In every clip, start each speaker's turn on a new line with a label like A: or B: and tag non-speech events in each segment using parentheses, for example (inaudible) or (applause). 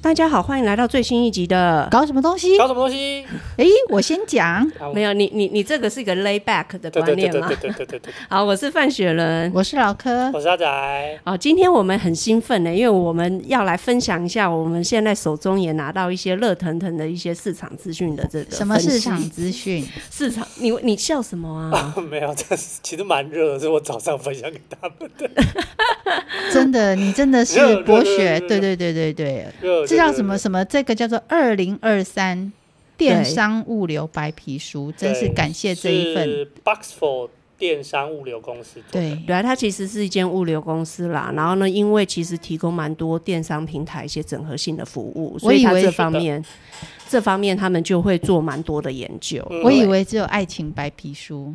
A: 大家好，欢迎来到最新一集的。
B: 搞什么东西？
C: 搞什么
B: (laughs)
C: 东西？
B: 诶，我先讲，
C: 啊
A: 没有你，你你这个是一个 lay back 的
C: 对对
A: 观
C: 对
A: 念
C: 对
A: 吗
C: 对？对对对对， (laughs)
A: 好，我是范雪伦。
B: 我是老柯， (laughs)
C: 我是阿仔， (laughs)
A: 好，今天我们很兴奋呢，因为我们要来分享一下，我们现在手中也拿到一些热腾腾的一些市场资讯的这个
B: 什么
A: 分析
B: 市场资讯？
A: 市场，你你笑什么
B: (laughs)
A: 啊？
C: 没有，这是其实蛮热的，是我早上分享给他们的。
B: (laughs) 真的，你真的是
C: 热热
B: 博
C: 热
B: 学，
C: 热
B: 对对对对对，
C: 热
B: 这叫什么
C: 对
B: 什么？这个叫做二零二三电商物流白皮书，真是
C: 对
B: 感谢这一份。
C: 是 Boxful 电商物流公司做的。
B: 对，
A: 对啊，它其实是一间物流公司啦。然后呢，因为其实提供蛮多电商平台一些整合性的服务，所以它
B: 我以为
A: 这
B: 是
A: 方
C: 的
A: 面这方面他们就会做蛮多的研究。
C: 嗯
B: 我以为只有爱情白皮书，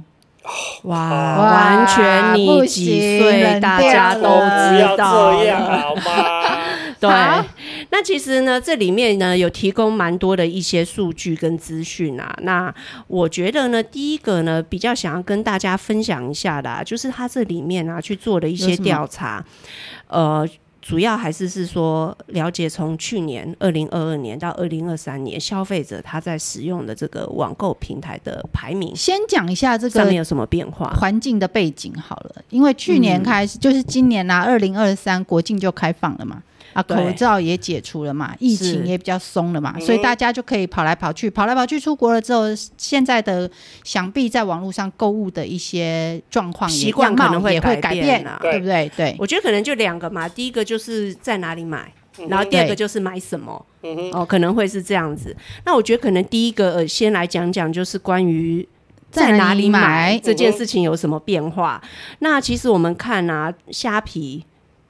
A: 哇，
C: 哇
A: 完全你几
B: 不行
A: 岁
B: 冷
A: 大家
B: 掉
A: 都
B: 了
C: 啊不
A: 知
C: 要
A: 道
C: 这样
A: 了
C: 好吗？ (laughs)
A: 对
B: 好，
A: 那其实呢，这里面呢有提供蛮多的一些数据跟资讯啊。那我觉得呢，第一个呢比较想要跟大家分享一下的、啊，就是它这里面啊去做的一
B: 有
A: 些
B: 什么
A: 调查，呃。主要还是是说了解从去年二零二二年到二零二三年消费者他在使用的这个网购平台的排名
B: 先讲一下这
A: 上面
B: 个。
A: 有什么变化。
B: 环境的背景好了，因为去
A: 嗯
B: 年开始、就是今年啦、2二零二三国境就开放了嘛，啊，
A: 对
B: 口罩也解除了嘛，疫
A: 是
B: 情也比较松了嘛，
C: 嗯
B: 所以大家就可以跑来跑去，跑来跑去出国了之后，现在的想必在网络上购物的一些状况也
A: 习惯
B: 样貌
A: 可能会
B: 也会
A: 改
B: 改
A: 变
B: 变
A: 啊，
B: 对不对？对，
A: 我觉得可能就两个嘛，第一个就是在哪里买，
C: 嗯
A: 然后第二个
B: 对
A: 就是买什么，
C: 嗯哼，
A: 哦，可能会是这样子。那我觉得可能第一个、呃、先来讲讲，就是关于。
B: 在
A: 在哪里
B: 哪里
A: 买
B: 买
A: 这件事情有什么变化？那其实我们看啊，虾皮、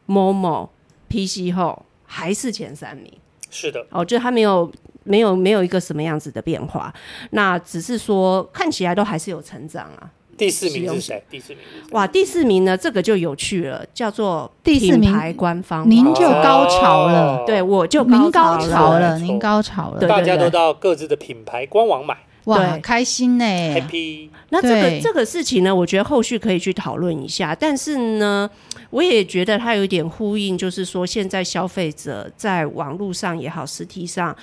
A: Momo、PC 后还是前三名
C: 是的，
A: 哦，就它没有没有没有一个什么样子的变化，那只是说看起来都还是有成长啊。
C: 第四名是谁？第四名是谁？
A: 哇，第四名呢，这个就有趣了，叫做
B: 第四名
A: 品牌官方
B: 您
A: 网
B: 就高潮了
C: 哦
A: 对，我就
B: 您
A: 高
B: 高
A: 潮
B: 潮
A: 了。
B: 了，
C: 没错
B: 您高潮
A: 对
B: 了，
C: 大家都到各自的品牌官网买
B: 哇，
A: 对
B: 开心呢、
C: ，Happy
A: 那这个
B: 对
A: 这个事情呢，我觉得后续可以去讨论一下。但是呢，我也觉得它有一点呼应，就是说现在消费者在网络上也好，实体上。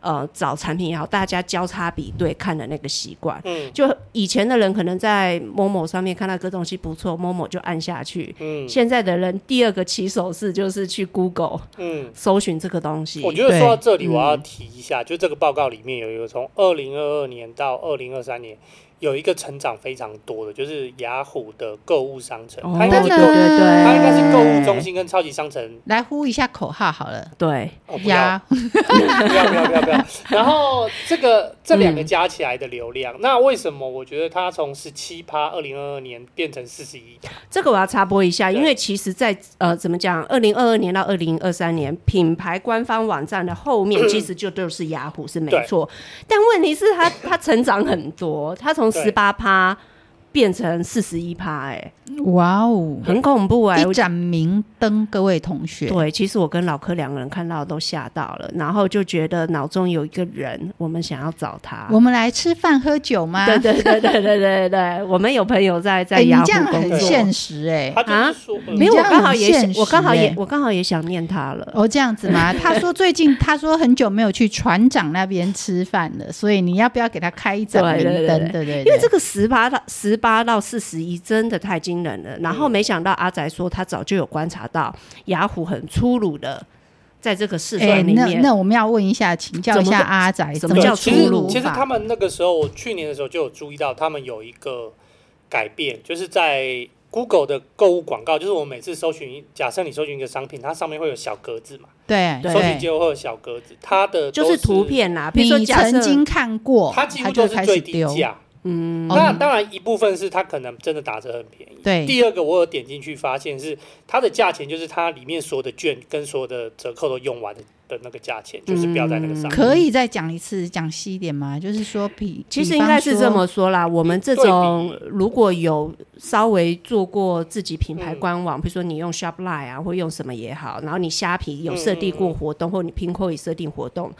A: 呃，找产品也好，大家交叉比对看的那个习惯，
C: 嗯
A: 就以前的人可能在某某上面看到个东西不错，某某就按下去。
C: 嗯
A: 现在的人第二个起手式就是去 Google
C: 嗯。
A: 搜寻这个东西。
C: 我觉得说到
B: 对嗯
C: 这里，我要提一下，就这个报告里面有一个从二零二二年到二零二三年有一个成长非常多的，就是雅虎的购物商城，
A: 哦
C: 它应该
B: 真
C: 是
B: 的，
C: 购，它应该是购物中心跟超级商城。
B: 来呼一下口号好了，
A: 对，
C: 哦，不要
B: 呀，
C: 不要不要不要
B: (laughs)
C: 不要。然后这个这
B: 嗯
C: 两个加起来的流量，那为什么我觉得它从十七趴二零二二年变成四十一？
A: 这个我要插播一下，
C: 对
A: 因为其实在，呃怎么讲，二零二二年到二零二三年，品牌官方网站的后
C: (clears throat)
A: 面其实就都是雅虎是没错，但问题是
C: (laughs)
A: 它它成长很多，它从
C: 对
A: 十八趴变成四十一趴，哎、
B: 哇哦，
A: 很恐怖哎、
B: 一
A: 我
B: 盏明灯，各位同学，
A: 对，其实我跟老柯两个人看到都吓到了，然后就觉得脑中有一个人，我们想要找他。
B: 我们来吃饭喝酒吗？
A: 啊对对对对对对对，我们有朋友在在
B: 哎，你
A: 雅
B: 这样
A: 虎工
B: 很
A: 作，
B: 现实哎、
C: 它就是说，呃
A: 没有，我
B: 你这样
A: 刚好
B: 很
A: 也想
B: 现，实
A: 我刚好也
B: 欸
A: 我刚好也想念他了。
B: 哦，这样子
A: (laughs)
B: 吗？他说最近他说很久没有去船长那边吃饭了，所以你要不要给他开一盏
A: 对
B: 明
A: 对对
B: 灯？对对对，
A: 因为这个十八到十八到四十一真的太惊人了。
B: 嗯
A: 然后没想到阿宅说他早就有观察到雅虎很粗鲁的在这个市
B: 哎、
A: 段里
B: 那
A: 面，
B: 那我们要问一下，请教一
A: 怎么
B: 下
A: 个
B: 阿仔，
A: 怎
B: 怎
A: 么
B: 么
A: 叫
C: 其
B: 出
C: 实
B: 炉
C: 其实他
B: 法？
C: 们那个时候，我去年的时候就有注意到，他们有一个改变，就是在 Google 的购物广告，就是我每次搜寻，假设你搜寻一个商品，它上面会有小格子嘛，
B: 对
A: 对
C: 搜寻结果会有小格子，它的都
A: 就是图，片
C: 啊
A: 啦，比如说
B: 你
A: 假
B: 曾
A: 设
B: 经看过，
C: 它几乎
B: 就
C: 都
B: 会
C: 是
B: 开
C: 最
B: 始
C: 低
B: 丢。
C: 价。
A: 嗯，
C: 那
B: 哦
C: 当然一部分是它可能真的打折很便宜。
B: 对
C: 第二个我有点进去发现是它的价钱，就是它里面所有的券跟所有的折扣都用完的的那个价钱，就是标在那个上面。
B: 可以再讲一次，讲细一点吗？就是说比，
A: 其实
B: 比
A: 应
B: 方
A: 该是这
B: 说
A: 么说啦。我们这
C: 对比
A: 种如果有稍微做过自己品
C: 嗯
A: 牌官网，比如说你用 Shopline 啊，或用什么也好，然后你虾皮
C: 嗯
A: 有设定过活动，或你 Pinko 也设定活动，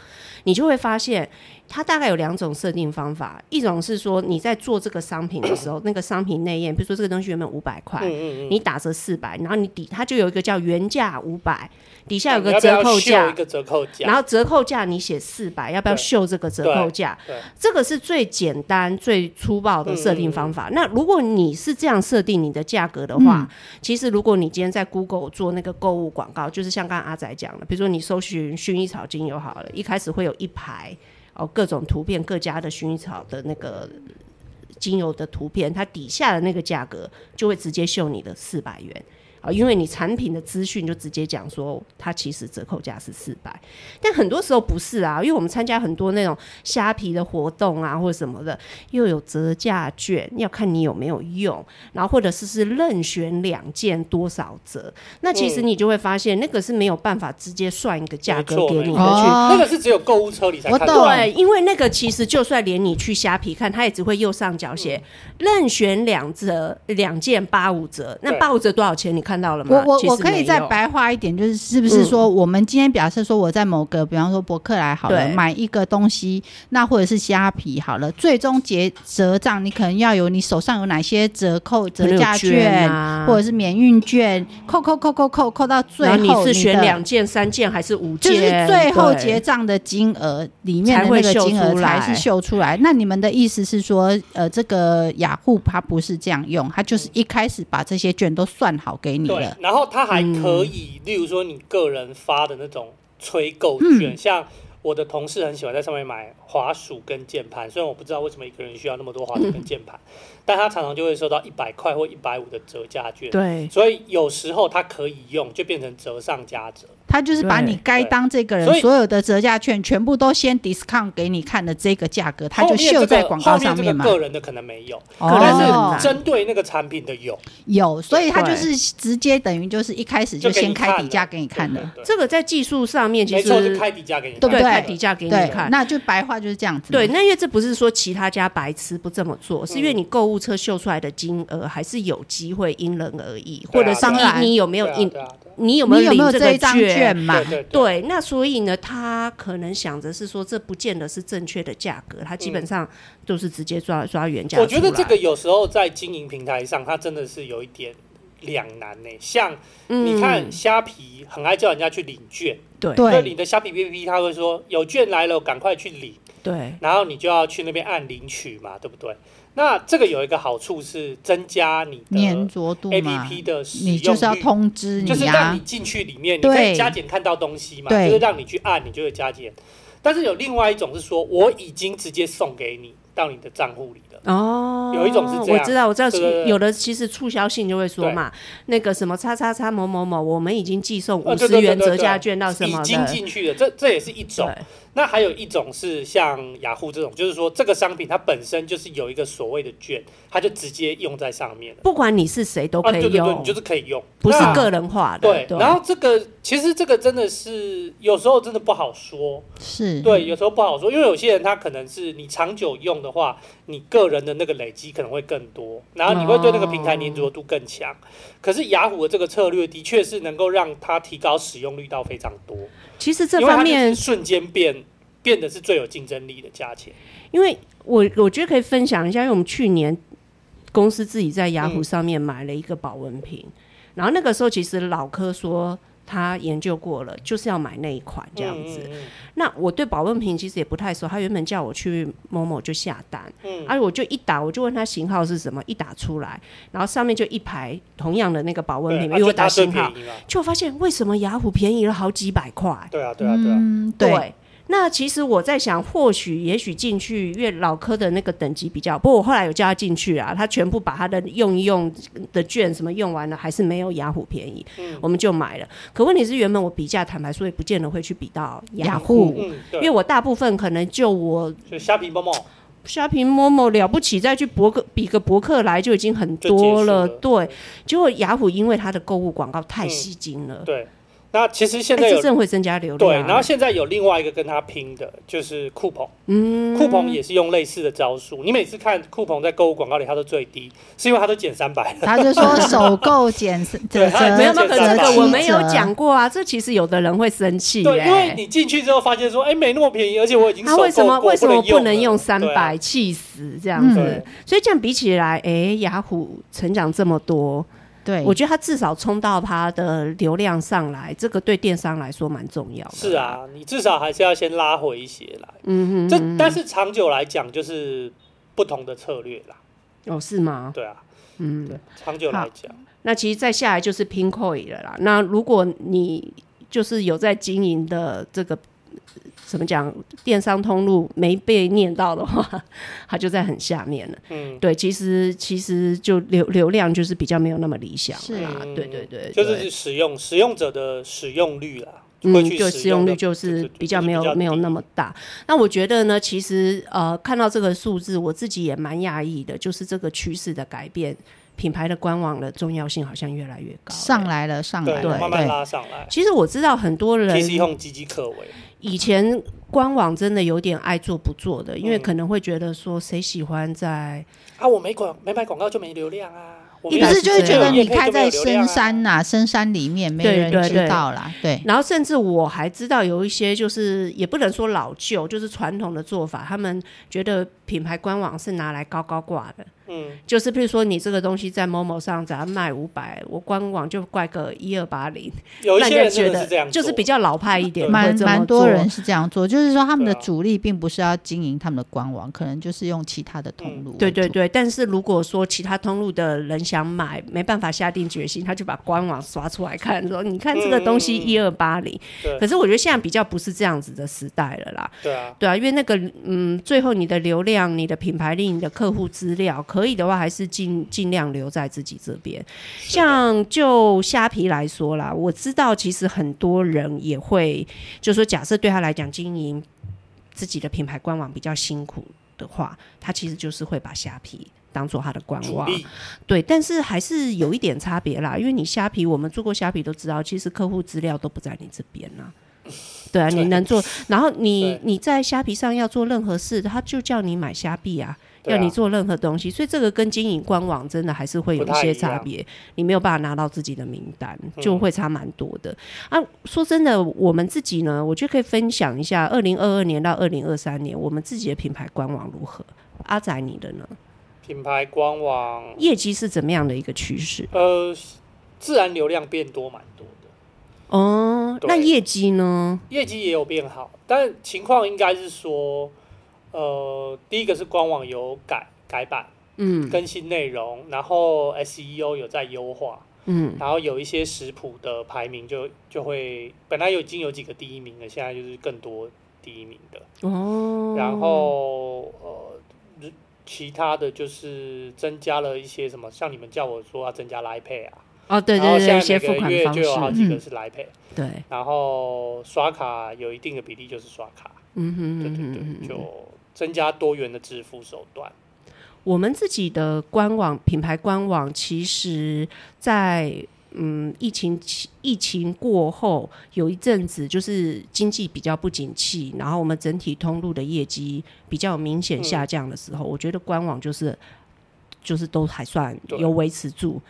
A: 你就会发现它大概有两种设定方法。一种是说你在做这个商品的时候，那个商品内页，比如说这个东西原本五百块，
C: 嗯嗯嗯，
A: 你打折四百，然后你底它就有一个叫原价五百，底下有
C: 你
A: 个
C: 要不要
A: 折扣
C: 秀
A: 价
C: 一，个折折扣价，
A: 然后折扣价你写四百，要不要
C: 对
A: 秀这个折扣价
C: 对对？
A: 这个是最简单、最粗暴的设定方
C: 嗯
A: 法。那如果你是这样设定你的价格的话，其实如果你今天在 Google 做那个购物广告，就是像刚刚阿仔讲的，比如说你搜寻薰衣草精油好了，一开始会有一排哦各种图片各家的薰衣草的那个。精油的图片，它底下的那个价格就会直接秀你的四百元啊，因为你产品的资讯就直接讲说它其实折扣价是四百，但很多时候不是啊，因为我们参加很多那种虾皮的活动啊或者什么的，又有折价券，要看你有没有用，然后或者是是任选两件多少折，那其实你就会发现那个是没有办法直接算一个价格
C: 嗯没错
A: 给你
C: 没
A: 的去
C: 错那个是只有购物车里才
B: 我
C: 看
B: 懂
C: 到。
A: 对，因为那个其实就算连你去虾皮看，它也只会右上角写
B: 嗯
A: 任选两折，两件八五折。那
C: 对
A: 八五折多少钱？你看到了吗？
B: 我我
A: 其实
B: 我可
A: 没
B: 以
A: 有嗯
B: 再白话一点，就是是不是说我们今天假设说我在某个，比方说博客来好了，
A: 对
B: 买一个东西，那或者是虾皮好了，最终结折账，你可能要有你手上有哪些折扣、
A: 可能
B: 折
A: 有
B: 价
A: 券
B: 券，
A: 啊，
B: 或者是免运券，扣扣扣扣扣扣到最
A: 然
B: 后
A: 后
B: 的，
A: 你是选两件、三件还是五
B: 就
A: 件？
B: 是最后
A: 对
B: 结账的金额里面的那个金额才是秀出来。那你们的意思是说，呃，这个雅虎它不是这样用，它就是一开始把这些券都算好给你
C: 对
B: 了，，
C: 然后它还可
B: 嗯
C: 以，例如说你个人发的那种催购
B: 嗯
C: 券，像我的同事很喜欢在上面买滑鼠跟键盘，虽然我不知道为什么一个人需要那么多滑鼠跟键
B: 嗯
C: 盘，但他常常就会收到一百块或一百五的折价券。
B: 嗯
A: 对
C: 所以有时候它可以用，就变成折上加折。
B: 它就是把
A: 对
B: 你该当这个
C: 所以
B: 人所有的折价券全部都先 discount 给你看的这个价格，它
C: 后
B: 就
C: 面
B: 秀
C: 这
B: 在
C: 个
B: 广告
C: 后
B: 上
C: 面这
B: 面
C: 个
B: 嘛。
C: 个人的可能没有，
A: 个人
B: 哦
A: 是
C: 针对那个产品的有，
B: 有，所以它就
A: 对
B: 是直接等于就是一开始就
C: 就给
B: 先
C: 你
B: 开
C: 看
B: 底价
C: 了
B: 给你看
C: 对
B: 的，
C: 对对
A: 这个在技术上面其
C: 没
A: 实
C: 错，就开底价给你看，
B: 对不对
A: 开底价给你
B: 对
A: 看，。
B: 那就白话就是这样子嘛。
A: 对，那因为这不是说其他家白痴不这么
B: 嗯
A: 做，是因为你购物车秀出来的金额还是有机会因人而异，或者是
B: 当然
A: 你你有没
C: 没
A: 有
C: 对
A: 印，
C: 啊对啊
A: 你有没
B: 你
A: 有
B: 有没
A: 领
B: 有
A: 这
B: 这
A: 个
B: 一张券嘛？
C: 对对对，
A: 对，那所以呢，他可能想着是说，这不见得是正确的价格，他基本上都是直接抓抓原价出来。
C: 我觉得这个有时候在经营平台上，它真的是有一点两难呢、像你看
A: 嗯、
C: 虾皮很爱叫人家去领券，
A: 对
B: 对
C: 所以你的虾皮 APP 它会说有券来了，赶快去领，
A: 对
C: 然后你就要去那边按领取嘛，对不对？那这个有一个好处是增加你
B: 粘
C: 的
B: 着度嘛，
C: APP 的使用
B: 你就是要
C: 率
B: 通知
C: 就是
B: 你
C: 让
B: 啊
C: 你，进去里面，你
B: 对
C: 可以加减看到东西嘛，
B: 对
C: 就是让你去按，你就会加减。但是有另外一种是说，我已经直接送给你到你的账户里的，
A: 哦，
C: 有一种是这
A: 我
C: 样
A: 知道，我知道，
C: 对对对
A: 有的其实促销信就会说嘛，那个什么叉叉叉某某某，我们已经寄送
C: 呃
A: 五
C: 对
A: 十
C: 对对
A: 元
C: 对
A: 折
C: 对
A: 价券到什么
C: 已经
A: 的，
C: 进去了，这这也是一种。
A: 对
C: 那还有一种是像雅虎这种，就是说这个商品它本身就是有一个所谓的券，它就直接用在上面了。
A: 不管你是谁都
C: 啊，
A: 可
C: 对
A: 以
C: 对对，
A: 用，
C: 你就是可以用，
A: 不是
C: 那
A: 个人化的，
C: 对
A: 对，。
C: 然后这个其实这个真的是有时候真的不好说，
A: 嗯
B: 是
C: 对，有时候不好说，因为有些人他可能是你长久用的话，你个人的那个累积可能会更多，然后你会对那个平台粘着度更强。
A: 嗯
C: 可是雅虎的这个策略的确是能够让它提高使用率到非常多，
A: 其实这
C: 因为它
A: 方
C: 就是
A: 面
C: 瞬间变变得是最有竞争力的价钱。
A: 因为我我觉得可以分享一下，因为我们去年公司自己在雅
C: 嗯
A: 虎上面买了一个保温瓶，然后那个时候其实老科说他研究过了，就是要买那一款这样子。
C: 嗯，
A: 那我对保温瓶其实也不太熟，他原本叫我去某某就下单，
C: 嗯
A: 而、我就一打，我就问他型号是什么，一打出来，然后上面就一排同样的那个保温
C: 对，
A: 瓶，因
C: 啊
A: 为
C: 就
A: 我打
C: 它最
A: 型
C: 便
A: 号，
C: 宜嘛。
A: 就发现为什么雅虎便宜了好几百块。
C: 对啊，对啊，对啊，
B: 嗯
A: 对。
B: 对，
A: 那其实我在想，或许也许进去，因为老科的那个等级比较，不过我后来有叫他进去啊，他全部把他的用一用的券什么用完了，还是没有雅虎便宜，
C: 嗯
A: 我们就买了。可问题是，原本我比价，坦白说也不见得会去比到雅
B: 雅虎
A: 虎，
C: 嗯，
A: 因为
C: 对，
A: 我大部分可能就我
C: 就虾皮、某某，
A: 虾皮、摸摸了不起，再去博客比个博客来就已经很
C: 就结
A: 多
C: 束
A: 了。
C: 了嗯
A: 对，结果雅虎因为它的购物广告太吸睛了，
C: 对。那其实现
A: 哎、
C: 在有
A: 这真的会增加流量
C: 对
A: 啊、，
C: 然后现在有另外一个跟他拼的，就是酷鹏。嗯，酷鹏也是用类似的招数。你每次看酷鹏在购物广告里，它都最低，是因为它都减三百了。
B: 他就说首购减折
C: 对他
B: 折，
A: 哎没有没有，可
C: 这
A: 呃这
C: 个
A: 个我没有
B: 七折
A: 讲过啊。这其实有的人会生气、
C: 对，因为
A: 耶。
C: 你进去之后发现说，哎，没那么便宜，而且我已经
A: 他、
C: 首购过，
A: 为什么为什么
C: 不
A: 不能用
C: 了
A: 三？百？气死这样
B: 嗯
A: 子！
C: 对
A: 所以这样比起来，哎、雅虎成长这么多，
B: 对，
A: 我觉得它至少冲到它的流量上来，这个对电商来说蛮重要的。
C: 是，啊，你至少还是要先拉回一些来。嗯哼这但是长久来讲就是不同的策略啦。
A: 哦，是吗？
C: 对啊，
A: 嗯，
C: 对，长久来讲，
A: 那其实再下来就是 Pinkoi 了啦。那如果你就是有在经营的这个呃怎么讲电商通路没被念到的话， (laughs) 它就在很下面了。
C: 嗯，
A: 对，其实其实就流流量就是比较没有那么理想
B: 是
A: 啦。
C: 嗯
A: 对对对，
C: 就是使用使用者的使用率啦，
A: 嗯
C: 会，去
A: 对，
C: 使
A: 使
C: 用
A: 用
C: 的
A: 率就是
C: 对
A: 比较
C: 就是
A: 没有
C: 比较
A: 没有
C: 低
A: 那么大。那我觉得呢，其实呃，看到这个数字，我自己也蛮讶异的，就是这个趋势的改变，品牌的官网的重要性好像越来越高、
B: 上
A: 欸
B: 来了，上
C: 对
B: 来了，
C: 慢慢拉上来。
A: 其实我知道很多人
C: PC Home 岌岌可危，
A: 以前官网真的有点爱做不做的，因为
C: 嗯
A: 可能会觉得说谁喜欢在
C: 啊，我没广没买广告就没流量啊，我
A: 一
C: 没
B: 不
A: 般
B: 是就会觉得你开在
C: 深
B: 深山啊
C: 啊
B: 呐、深山里面没
A: 对
B: 人
A: 对
B: 知
A: 对
B: 道啦，对，
A: 然后甚至我还知道有一些就是也不能说老旧，就是传统的做法，他们觉得品牌官网是拿来高高挂的，
C: 嗯，
A: 就是譬如说你这个东西在某某上只要卖五百，我官网就挂个一二八零，
C: 有一
A: 让
C: 些人
A: 人觉
C: 真的
A: 得
C: 是这样做，
A: 就是比较老派一点，
B: 蛮
A: 会这么
B: 蛮多
A: 做
B: 人是这样做，就是说他们的
C: 对啊
B: 主力并不是要经营他们的官网，可能就是用其他的通
C: 嗯
B: 路、
A: 对对，对，但是如果说其他通路的人想买，没办法下定决心，他就把官网刷出来看，说你看这个东西
C: 嗯嗯嗯
A: 一二八零
C: 对。
A: 可是我觉得现在比较不是这样子的时代了啦，
C: 对啊，
A: 对啊，因为那个嗯，最后你的流量、你的品牌力、你的客户资料，可以的话还是尽尽量留在自己这边。
C: 是的
A: 像就虾皮来说啦，我知道其实很多人也会，就说假设对他来讲经营自己的品牌官网比较辛苦的话，他其实就是会把虾皮当做他的官
C: 主
B: 啊
A: 网。
C: 力
A: 对，但是还是有一点差别啦，因为你虾皮，我们做过虾皮都知道，其实客户资料都不在你这边呐、对啊，
C: 对
A: 你能做，然后你
C: 对
A: 你在虾皮上要做任何事，他就叫你买虾币啊，
C: 对
A: 要
C: 啊
A: 你做任何东西，所以这个跟经营官网真的还是会有
C: 不
A: 一
C: 太一
A: 些
C: 样嗯
A: 差别，你没有办法拿到自己的名单，就会差蛮多的、啊。说真的，我们自己呢，我觉得可以分享一下，二零二二年到二零二三年我们自己的品牌官网如何。阿仔，你的呢？
C: 品牌官网，
A: 业绩是怎么样的一个趋势？
C: 呃，自然流量变多蛮多的，
A: 哦，
C: 对
A: 那业绩呢？
C: 业绩也有变好，但情况应该是说，呃，第一个是官网有改改版、
A: 嗯
C: 更新内容，然后 SEO 有在优化，
A: 嗯
C: 然后有一些食谱的排名就就会本来有已经有几个第一名了，现在就是更多第一名的，
A: 哦，
C: 然后呃，其他的就是增加了一些什么，像你们叫我说要增加 Line Pay 啊，
A: 哦，对
C: 然后
A: 对对，一些
C: 现在
A: 付
C: 每个
A: 款
C: 月
A: 方
C: 就有好
A: 式，嗯
C: 几个是 Line Pay，、
A: 对，
C: 然后刷卡有一定的比例就是刷卡。
A: 嗯哼，
C: 对对
A: 嗯哼
C: 对，就增加多元的支付手段。
A: 我们自己的官网品牌官网，其实在，嗯疫情期疫情过后有一阵子，就是经济比较不景气，然后我们整体通路的业绩比较明显下降的时
C: 嗯
A: 候，我觉得官网就是。就是都还算
C: 对
A: 有维持住，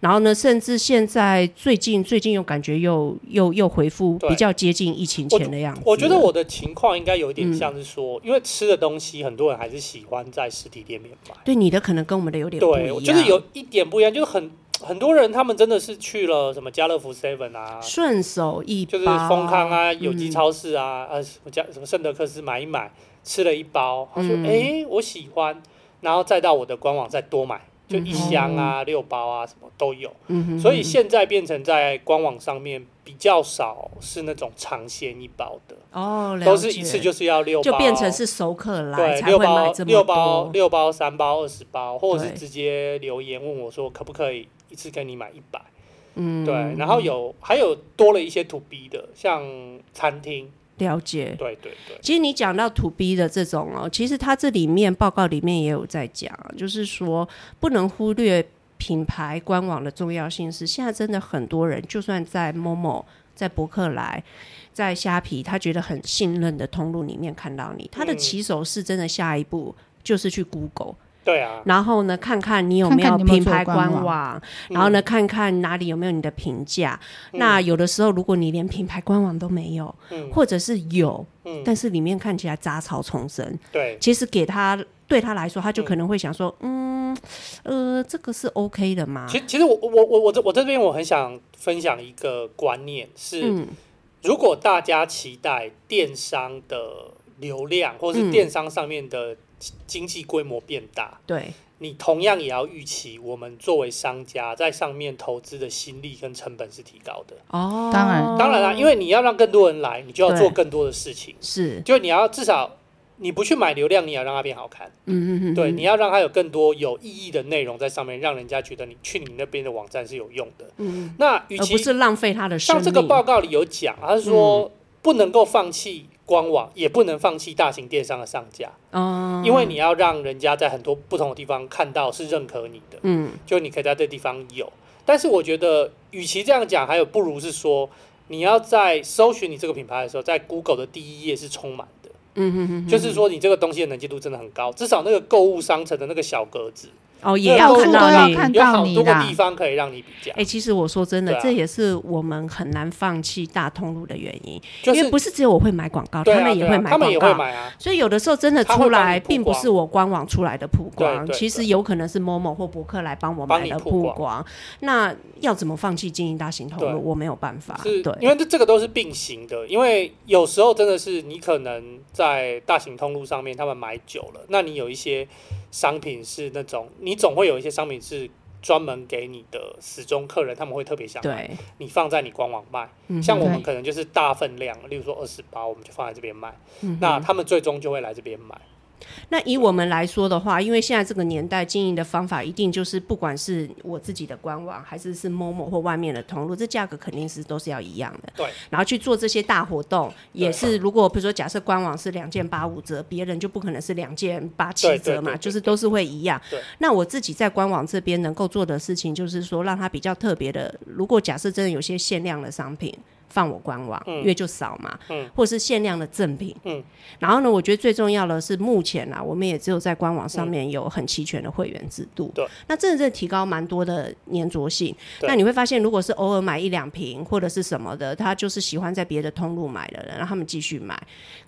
A: 然后呢，甚至现在最近最近又感觉又又又恢复
C: 对
A: 比较接近疫情前的嗯样子
C: 我觉得
A: 了
C: 我的情况应该有一点像是说，因为吃的东西很多人还是喜欢在实体店面买。
A: 对你的可能跟我们的有点不一
C: 对，
A: 样，
C: 我就是有一点不一样，就是很很多人他们真的是去了什么家乐福 Seven 啊，
A: 顺手一
C: 就是
A: 包
C: 丰康啊、有
A: 嗯
C: 机超市啊，呃，什么家什么圣德克斯买一买，吃了一包，他说
A: 嗯
C: 哎、诶我喜欢，然后再到我的官网再多买，就一箱啊、六包啊什么都有。
A: 哦嗯哼
C: 所以现在变成在官网上面比较少是那种尝鲜一包的，
A: 哦，了
C: 都是一
A: 解
C: 次就是要六包，
A: 就变成是熟客来
C: 对
A: 才
C: 六
A: 会
C: 包
A: 买这
C: 六
A: 么
C: 包
A: 多，
C: 六包三包二十包，或者是
A: 对
C: 直接留言问我说可不可以一次跟你买一百、
A: 嗯，
C: 对，然后有还有多了一些 to B 的，像餐厅，
A: 了解。
C: 对对对，
A: 其实你讲到 to B 的这种哦，其实它这里面报告里面也有在讲，就是说不能忽略品牌官网的重要性是，现在真的很多人就算在 Momo、在博客来、在虾皮，他觉得很信任的通路里面看到你，他的
C: 嗯
A: 起手是真的下一步就是去 Google。
C: 对啊，
A: 然后呢，看看你有没
B: 看看你有没有
A: 品牌
B: 做官网
A: 网，
C: 嗯
A: 然后呢，看看哪里有没有你的评价。那有的时候，如果你连品牌官网都没有，
C: 嗯
A: 或者是有，
C: 嗯，
A: 但是里面看起来杂草丛生，
C: 对，
A: 其实给他对他来说，他就可能会想说，嗯，呃，这个是 OK 的吗？
C: 其其实我我我我这我这边我很想分享一个观念是，
A: 嗯
C: 如果大家期待电商的流量或是
A: 嗯
C: 电商上面的经经济规模变大，
A: 对，
C: 你同样也要预期我们作为商家在上面投资的心力跟成本是提高的。
A: 哦，
B: 当然
C: 当然啊啦，因为你要让更多人来，你就要
A: 对
C: 做更多的事情，
A: 是，
C: 就你要至少。你不去买流量，你也要让它变好看。
A: 嗯嗯嗯，
C: 对，
A: 嗯
C: 你，要让它有更多有意义的内容在上面，让人家觉得你去你那边的网站是有用的。
A: 嗯，
C: 那与
A: 而不
C: 其
A: 是浪费他的生嗯
C: 像
A: 命。
C: 这个报告里有讲，他是说不能够放弃官网，也不能放弃大型电商的上架，
A: 嗯，
C: 因为你要让人家在很多不同的地方看到是认可你的，
A: 嗯
C: 就你可以在这地方有。但是我觉得，与其这样讲，还有不如是说，你要在搜寻你这个品牌的时候，在 Google 的第一页是充满的，
A: 嗯嗯嗯，
C: 就是说你这个东西的能见度真的很高，至少那个购物商城的那个小格子
A: 哦，也
C: 到
A: 要看
C: 处
B: 都
A: 到
B: 要
A: 你。
B: 看
C: 有
B: 到
C: 好
B: 你
C: 多个
B: 啦
C: 地方可以让你比较
A: 哎、，其实我说真的，
C: 对啊
A: 这也是我们很难放弃大通路的原因，
C: 就是
A: 因为不是只有我会买广告，
C: 对啊，
A: 他们也
C: 对啊
A: 会买
C: 他
A: 广
C: 们也会
A: 告。
C: 买啊，
A: 所以有的时候真的
C: 他会
A: 出
C: 帮你
A: 来，
C: 曝
A: 并不
C: 光
A: 是我官网出来的曝光，
C: 对对
A: 其实有可能是某某或博客来帮我
C: 帮
A: 买
C: 你
A: 了
C: 曝
A: 曝
C: 光
A: 那要怎么放弃经营大型通
C: 对
A: 路，我没有办法。
C: 是因
A: 啊对，
C: 为这这个都是并行的，因为有时候真的是你可能在大型通路上面他们买久了，那你有一些商品是那种你总会有一些商品是专门给你的死忠客人，他们会特别想买，
A: 对，
C: 你放在你官网卖。
A: 嗯
C: 像
A: 哼
C: 我们
B: 对
C: 可能就是大分量，例如说二十包，我们就放在这边卖，
A: 嗯
C: 那他们最终就会来这边买。
A: 那以我们来说的话，因为现在这个年代经营的方法，一定就是不管是我自己的官网，还是是某某或外面的通路，这价格肯定是都是要一样的。
C: 对。
A: 然后去做这些大活动，也是如果比如说假设官网是两件八五折，别人就不可能是两件八七
C: 对对
A: 折
C: 对
A: 嘛，
C: 对
A: 就是都是会一样
C: 对。
A: 那我自己在官网这边能够做的事情，就是说让它比较特别的。如果假设真的有些限量的商品。放我官网，
C: 嗯
A: 因为就少嘛，
C: 嗯
A: 或是限量的赠品，
C: 嗯
A: 然后呢，我觉得最重要的是，目前啊，我们也只有在官网上面有很齐全的会员制度。
C: 嗯对，
A: 那真的是提高蛮多的粘着性。
C: 对
A: 那你会发现，如果是偶尔买一两瓶或者是什么的，他就是喜欢在别的通路买的人，让他们继续买。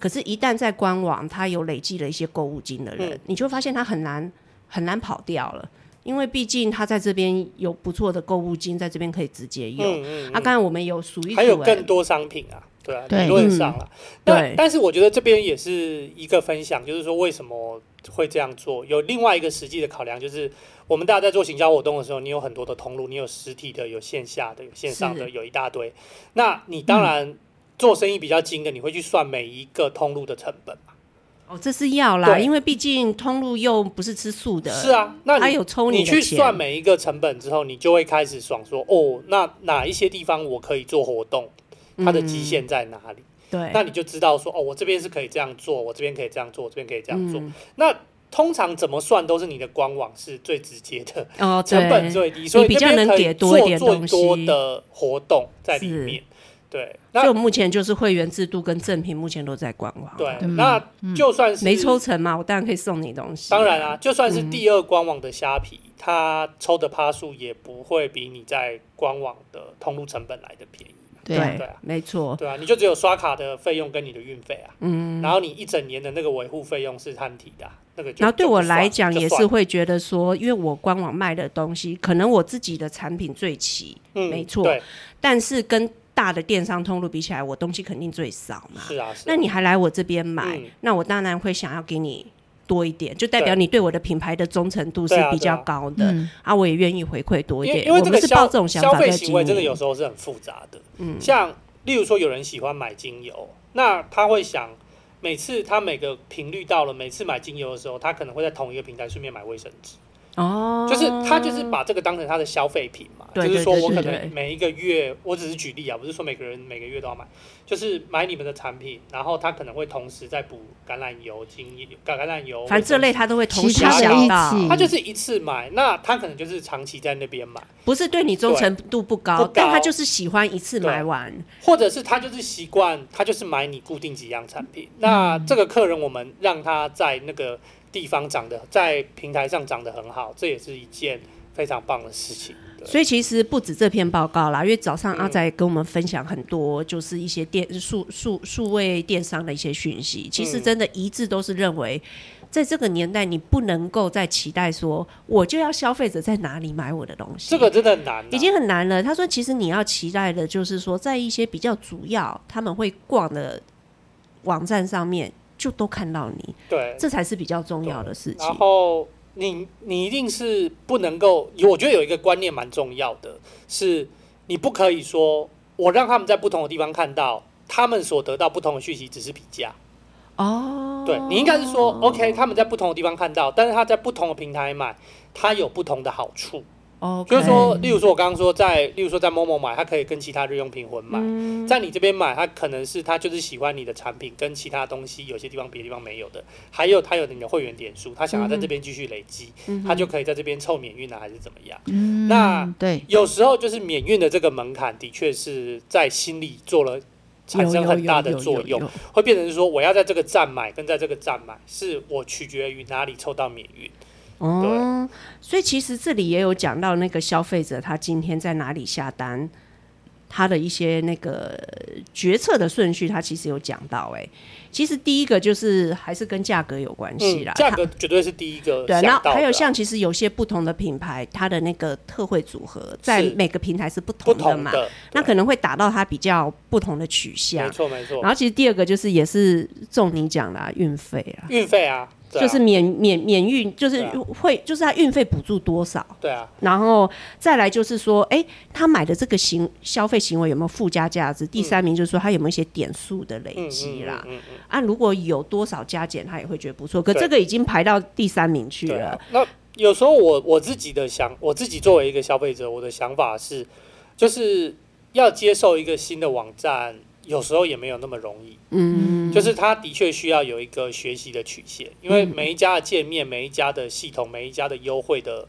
A: 可是，一旦在官网他有累积了一些购物金的人，
C: 嗯
A: 你就会发现他很难很难跑掉了，因为毕竟他在这边有不错的购物金，在这边可以直接用。
C: 嗯嗯
A: 啊，刚才我们有数一数、
C: 还有
A: 哎
C: 更多商品啊，对啊，
B: 对
C: 理论上啊。
A: 嗯
C: 那
A: 对
C: 但是我觉得这边也是一个分享，就是说为什么会这样做。有另外一个实际的考量，就是我们大家在做行销活动的时候，你有很多的通路，你有实体的，有线下的，有线上的，
A: 是
C: 有一大堆。那你当然做生意比较精的，你会去算每一个通路的成本嘛？
A: 哦，这是要啦，
C: 对
A: 因为毕竟通路又不是吃素的，
C: 是啊，那
A: 他
C: 你
A: 有抽
C: 你
A: 的
C: 去
A: 钱
C: 算每一个成本之后，你就会开始爽说哦，那哪一些地方我可以做活动，它
A: 嗯
C: 的极限在哪里？
A: 对，
C: 那你就知道说，哦，我这边是可以这样做，我这边可以这样做，我这边可以这样做。
A: 嗯
C: 那通常怎么算都是你的官网是最直接的，
A: 哦，对
C: 成本最低，所以
A: 比
C: 那
A: 较
C: 边
A: 能
C: 可以
A: 给多
C: 做
A: 一点
C: 最
A: 东
C: 多
A: 西
C: 的活动在里
A: 是
C: 面。对，
A: 就
C: 那
A: 目前就是会员制度跟赠品目前都在官网，
C: 对，
B: 嗯
C: 那就算是
A: 没抽嗯成嘛，我当然可以送你东西。
C: 当然啊，就算是第二官网的虾皮，它抽的趴数也不会比你在官网的通路成本来的便宜。
B: 对啊
C: 对啊
A: 没错，
C: 对啊，你就只有刷卡的费用跟你的运费啊，嗯，然后你一整年的那个维护费用是摊提的啊、那个就。
A: 然后对
C: 就不
A: 我
C: 算
A: 来讲
C: 就
A: 也
C: 算
A: 是会觉得说，因为我官网卖的东西，可能我自己的产品最齐，
C: 嗯，
A: 没错
C: 对，
A: 但是跟大的电商通路比起来，我东西肯定最少嘛。
C: 是啊，是啊
A: 那你还来我这边买，
C: 嗯
A: 那我当然会想要给你多一点，就代表
C: 对
A: 你对我的品牌的忠诚度是
C: 对啊
A: 比
C: 对
A: 较
C: 啊
A: 高的。
B: 嗯，
A: 啊，我也愿意回馈多一
C: 因为
A: 点。
C: 因为
A: 我
C: 这
A: 们
C: 个
A: 是
C: 消
A: 抱这种想
C: 消
A: 法在
C: 费行
A: 经
C: 为
A: 营，
C: 真的有时候是很复杂的，嗯，像例如说有人喜欢买精油，那他会想每次他每个频率到了，每次买精油的时候，他可能会在同一个平台顺便买卫生纸，
A: 哦，
C: 就是他就是把这个当成他的消费品嘛，
A: 对
C: 就是说
A: 对对
C: 我可
A: 对对
C: 能每一个月，我只是举例啊，不是说每个人每个月都要买，就是买你们的产品，然后他可能会同时再补橄榄油、精油、橄橄榄油，
A: 反正这类
C: 卫生
A: 他都会同时
C: 其他的
A: 想
B: 一
A: 到，
B: 起
C: 纸，他就是一次买，那他可能就是长期在那边买。
A: 不是对你忠诚度不高，
C: 不高
A: 但他就是喜欢一次买完。
C: 或者是他就是习
A: 嗯
C: 惯，他就是买你固定几样产品。那这个客人，我们让他在那个地方涨得在平台上涨得很好，这也是一件非常棒的事情。对嗯
A: 所以其实不止这篇报告啦，因为早上阿仔跟我们分享很多，就是一些电数数数位电商的一些讯
C: 嗯
A: 息。其实真的，一致都是认为，在这个年代，你不能够再期待说，我就要消费者在哪里买我的东西。
C: 这个真的很难、啊，
A: 已经很难了。他说，其实你要期待的就是说，在一些比较主要他们会逛的网站上面，就都看到你，
C: 对，
A: 这才是比较重要的事情
C: 然。后你你一定是不能够，有我觉得有一个观念蛮重要的，是你不可以说我让他们在不同的地方看到，他们所得到不同的讯息只是比价。
A: 哦，
C: 对你应该是说，OK，他们在不同的地方看到，但是他在不同的平台买，它有不同的好处。
A: 哦，
C: 就是说，例如说我刚刚说在，例如说在某某买，它可以跟其他日用品混买；
A: 嗯
C: 在你这边买，它可能是它就是喜欢你的产品，跟其他东西有些地方别的地方没有的。还有它有你的会员点数，它想要在这边继续累积，
A: 嗯
C: 它就可以在这边凑免运啊，还是怎么样？
B: 嗯
C: 那
B: 对，
C: 有时候就是免运的这个门槛，的确是在心里做了产生很大的作
A: 有有有有
C: 用
A: 有，
C: 会变成是说我要在这个站买跟在这个站买，是我取决于哪里抽到免运。
A: 哦，所以其实这里也有讲到那个消费者他今天在哪里下单，他的一些那个决策的顺序，他其实有讲到、欸。哎，其实第一个就是还是跟价格有关系啦，
C: 嗯价
A: 它
C: 格绝对是第一个
A: 对啊，
C: 想
A: 那
C: 到的啊
A: 还有像其实有些不同的品牌，它的那个特惠组合在
C: 是
A: 每个平台是不
C: 不
A: 同的
C: 同
A: 嘛，
C: 的，
A: 那
C: 对
A: 可能会打到它比较不同的取向
C: 没。错没错
A: 然，后其实第二个就是也是中你讲的、啊、运费啦，
C: 运费啊，对啊
A: 就是免免免运，就是
C: 对啊
A: 会就是它运费补助多少。
C: 对啊，
A: 然后再来就是说，哎，他买的这个行消费行为有没有附加价值？第三名就是说他有没有一些点数的累
C: 嗯
A: 积啦。
C: 嗯嗯嗯嗯
A: 啊，如果有多少加减，他也会觉得不错。可
C: 对
A: 这个已经排到第三名去
C: 对
A: 了
C: 啊。。那有时候我我自己的想，我自己作为一个消费者，我的想法是，就是要接受一个新的网站，有时候也没有那么容易。
A: 嗯，
C: 就是它的确需要有一个学习的曲线，因为每一家的界面、每一家的系统、每一家的优惠的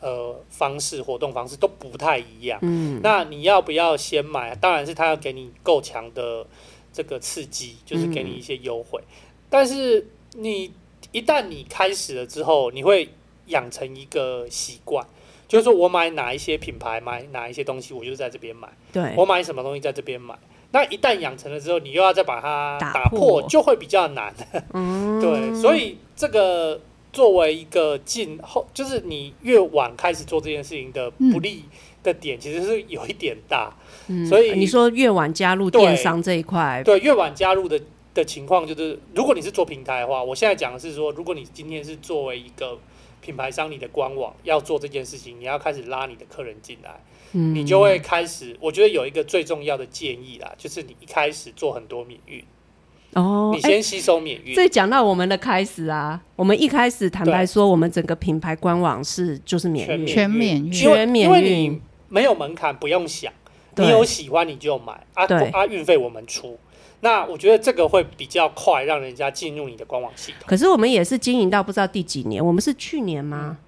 C: 呃方式、活动方式都不太一样。
A: 嗯，
C: 那你要不要先买？当然是他要给你够强的这个刺激，就是给你一些优惠。但是你一旦你开始了之后，你会养成一个习惯，就是说我买哪一些品牌，买哪一些东西，我就是在这边买。
A: 对
C: 啊我买什么东西在这边买。那一旦养成了之后，你又要再把它
A: 打
C: 打
A: 破嗯
C: 就会比较难。 (laughs) 对，所以这个作为一个进后，就是你越晚开始做这件事情的
B: 嗯
C: 不利的点，其实是有一点大。
A: 嗯
C: 所以
A: 你说越晚加入
C: 对
A: 电商这一块，
C: 对，越晚加入的的情况就是，如果你是做平台的话，我现在讲的是说，如果你今天是作为一个品牌商，你的官网要做这件事情，你要开始拉你的客人进来。
A: 嗯
C: 你就会开始，我觉得有一个最重要的建议啦，就是你一开始做很多免运，
A: 哦，
C: 你
A: 哎
C: 先吸收免运，
A: 这讲到我们的开始啊，我们一开始坦白
C: 对
A: 说，我们整个品牌官网是就是免
C: 全
A: 运，
B: 全免运
C: 因为
A: 全免
C: 因为
A: 运
C: 你没有门槛，不用想，
A: 对
C: 你有喜欢你就买啊
A: 对
C: 啊，运费我们出。那我觉得这个会比较快，让人家进入你的官网系统。
A: 可是我们也是经营到不知道第几年，我们是去年吗？
C: 嗯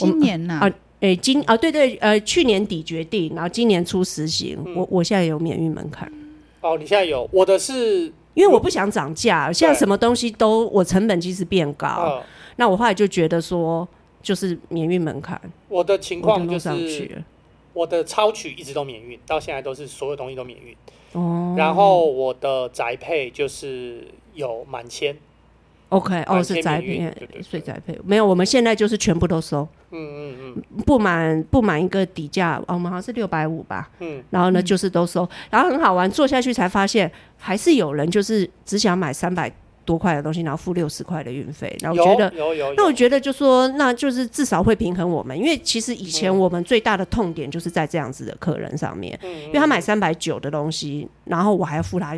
B: 今年呐、
A: 啊诶，今啊，对对，呃，去年底决定，然后今年初实行。
C: 嗯
A: 我我现在有免运门槛，
C: 哦，你现在有我的是
A: 因为我不想涨价。现在什么东西都我成本其实变高，
C: 呃，
A: 那我后来就觉得说，就是免运门槛，
C: 我的情
A: 我就
C: 况
A: 弄
C: 就
A: 上去
C: 是
A: 了。
C: 我的超取一直都免运，到现在都是所有东西都免运。
A: 哦
C: 然后我的宅配就是有满千，
A: ，OK，哦，
C: 满
A: 是
C: 千
A: 宅
C: 免运
A: 配
C: 对对，
A: 所以
C: 对
A: 宅配没有，我们现在就是全部都收，
C: 嗯嗯嗯
A: 不满不满一个底价，哦我们好像是六百五吧，
C: 嗯，
A: 然后呢，就是都收，然后很好玩，做下去才发现，还是有人就是只想买三百多块的东西，然后付六十块的运费。然后
C: 有
A: 我觉得，
C: 有有有，
A: 那我觉得就说，那就是至少会平衡我们，因为其实以前我们最大的痛点就是在这样子的客人上面，
C: 嗯
A: 因为他买三百九的东西，然后我还要付他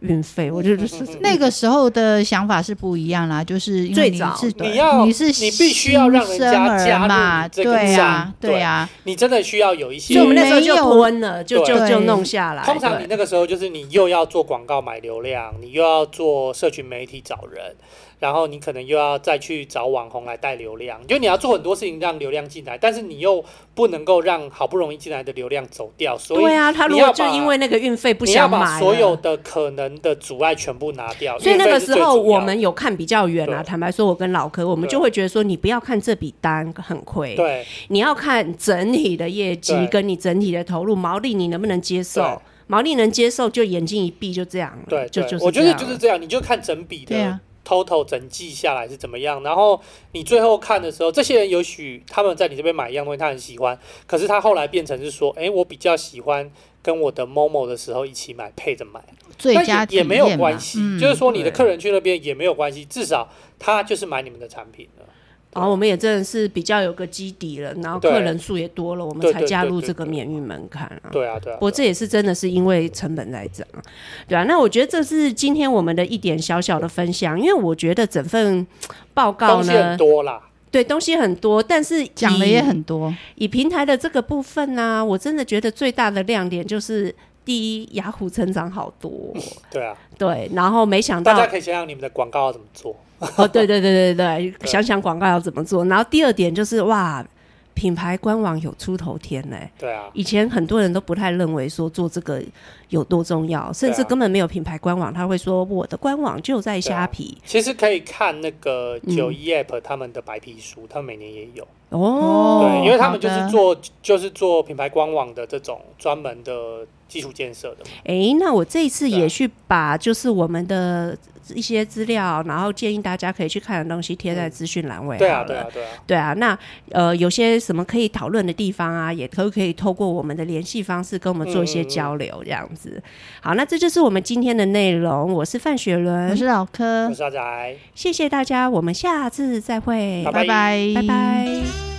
A: 运费，我就
C: 嗯
A: 就是
B: 那个时候的想法是不一样啦，就是因为你
A: 最早
B: 是
A: 对
C: 你要
B: 是
C: 你必须要让人家
B: 新生儿
C: 加入
B: 嘛，
C: 你这个
B: 对啊
C: 站，
B: 对
C: 对
B: 啊，
C: 你真的需要有一些。
A: 所以我们那时候
B: 没有
A: 就吞了，就就
B: 对
A: 就弄下来。
C: 通常
A: 对
C: 你那个时候就是你又要做广告买流量，你又要做社群媒体找人，然后你可能又要再去找网红来带流量，就你要做很多事情让流量进来，但是你又不能够让好不容易进来的流量走掉，所以
A: 对啊，他如
C: 你
A: 果
C: 要
A: 就
C: 把
A: 因为那个运费不
C: 你要
A: 想
C: 把
A: 买，
C: 所有。的可能的阻碍全部拿掉，
A: 所以那
C: 运费
A: 个
C: 是
A: 时
C: 最
A: 候
C: 主要
A: 我们有看比较远啊，
C: 对
A: 坦白说，我跟老柯我们
C: 对
A: 就会觉得说，你不要看这笔单很亏，
C: 对
A: 你要看整体的业绩
C: 对
A: 跟你整体的投入毛利，你能不能接受
C: 对？
A: 毛利能接受就眼睛一闭就这样了，
C: 对
A: 就
C: 对
A: 就是
C: 我觉
A: 这
C: 得
A: 样
C: 就是这样，你就看整笔
B: 对啊
C: 的 total 整季下来是怎么样，然后你最后看的时候，这些人也许他们在你这边买一样东西，他很喜欢，可是他后来变成是说，哎，我比较喜欢。跟我的 Momo 的时候一起买，配着买，
B: 最
C: 但
B: 佳
C: 也也
B: 体
C: 没有
B: 验嘛
C: 关系，
B: 嗯
C: 就是说你的
A: 对
C: 客人去那边也没有关系，至少他就是买你们的产品了。
A: 然后我们也真的是比较有个基底了，然后
C: 对
A: 客人数也多了，我们
C: 对
A: 才
C: 对
A: 加
C: 对
A: 入
C: 对
A: 这个
C: 对
A: 免运门槛啊。
C: 对啊，对啊。
A: 不过
C: 对啊
A: 这也是真的是因为成本在涨，对啊。那我觉得这是今天我们的一点小小的分享，因为我觉得整份报告
C: 东西
A: 呢
C: 很，多啦，
A: 对东西很多，但是以
B: 讲的也很多，
A: 以平台的这个部分呢、我真的觉得最大的亮点就是第一，雅虎成长好多，
C: 对啊，
A: 对，然后没想
C: 大家
A: 到
C: 可以想想你们的广告要怎么做。
A: 哦，对对对对对，
C: (laughs) 对
A: 想想广告要怎么做。然后第二点就是哇，品牌官网有出头天呢、
C: 对啊，
A: 以前很多人都不太认为说做这个有多重要，甚至
C: 对啊
A: 根本没有品牌官网，他会说我的官网就在虾皮、
C: 其实可以看那个九一 App 他们的白皮书，他们每年也有。
A: 哦。
C: 对，因啊为他们
B: 好
C: 就
B: 的
C: 是做就是做品牌官网的这种专门的基础建设的嘛。
A: 诶，那我这一次
C: 对啊
A: 也去把就是我们的一些资料，然后建议大家可以去看的东西贴在资讯栏位、
C: 对啊，对啊，。对啊，
A: 对啊，那呃，有些什么可以讨论的地方啊，也都可以透过我们的联系方式跟我们做一些
C: 嗯嗯嗯
A: 交流，这样子。好，那这就是我们今天的内容。我是范雪
B: 我
A: 伦，
C: 嗯
B: 是老
C: 我
B: 柯
C: 是，阿宅，
A: 谢谢大家，我们下次再会，
C: 拜
B: 拜拜
A: 拜拜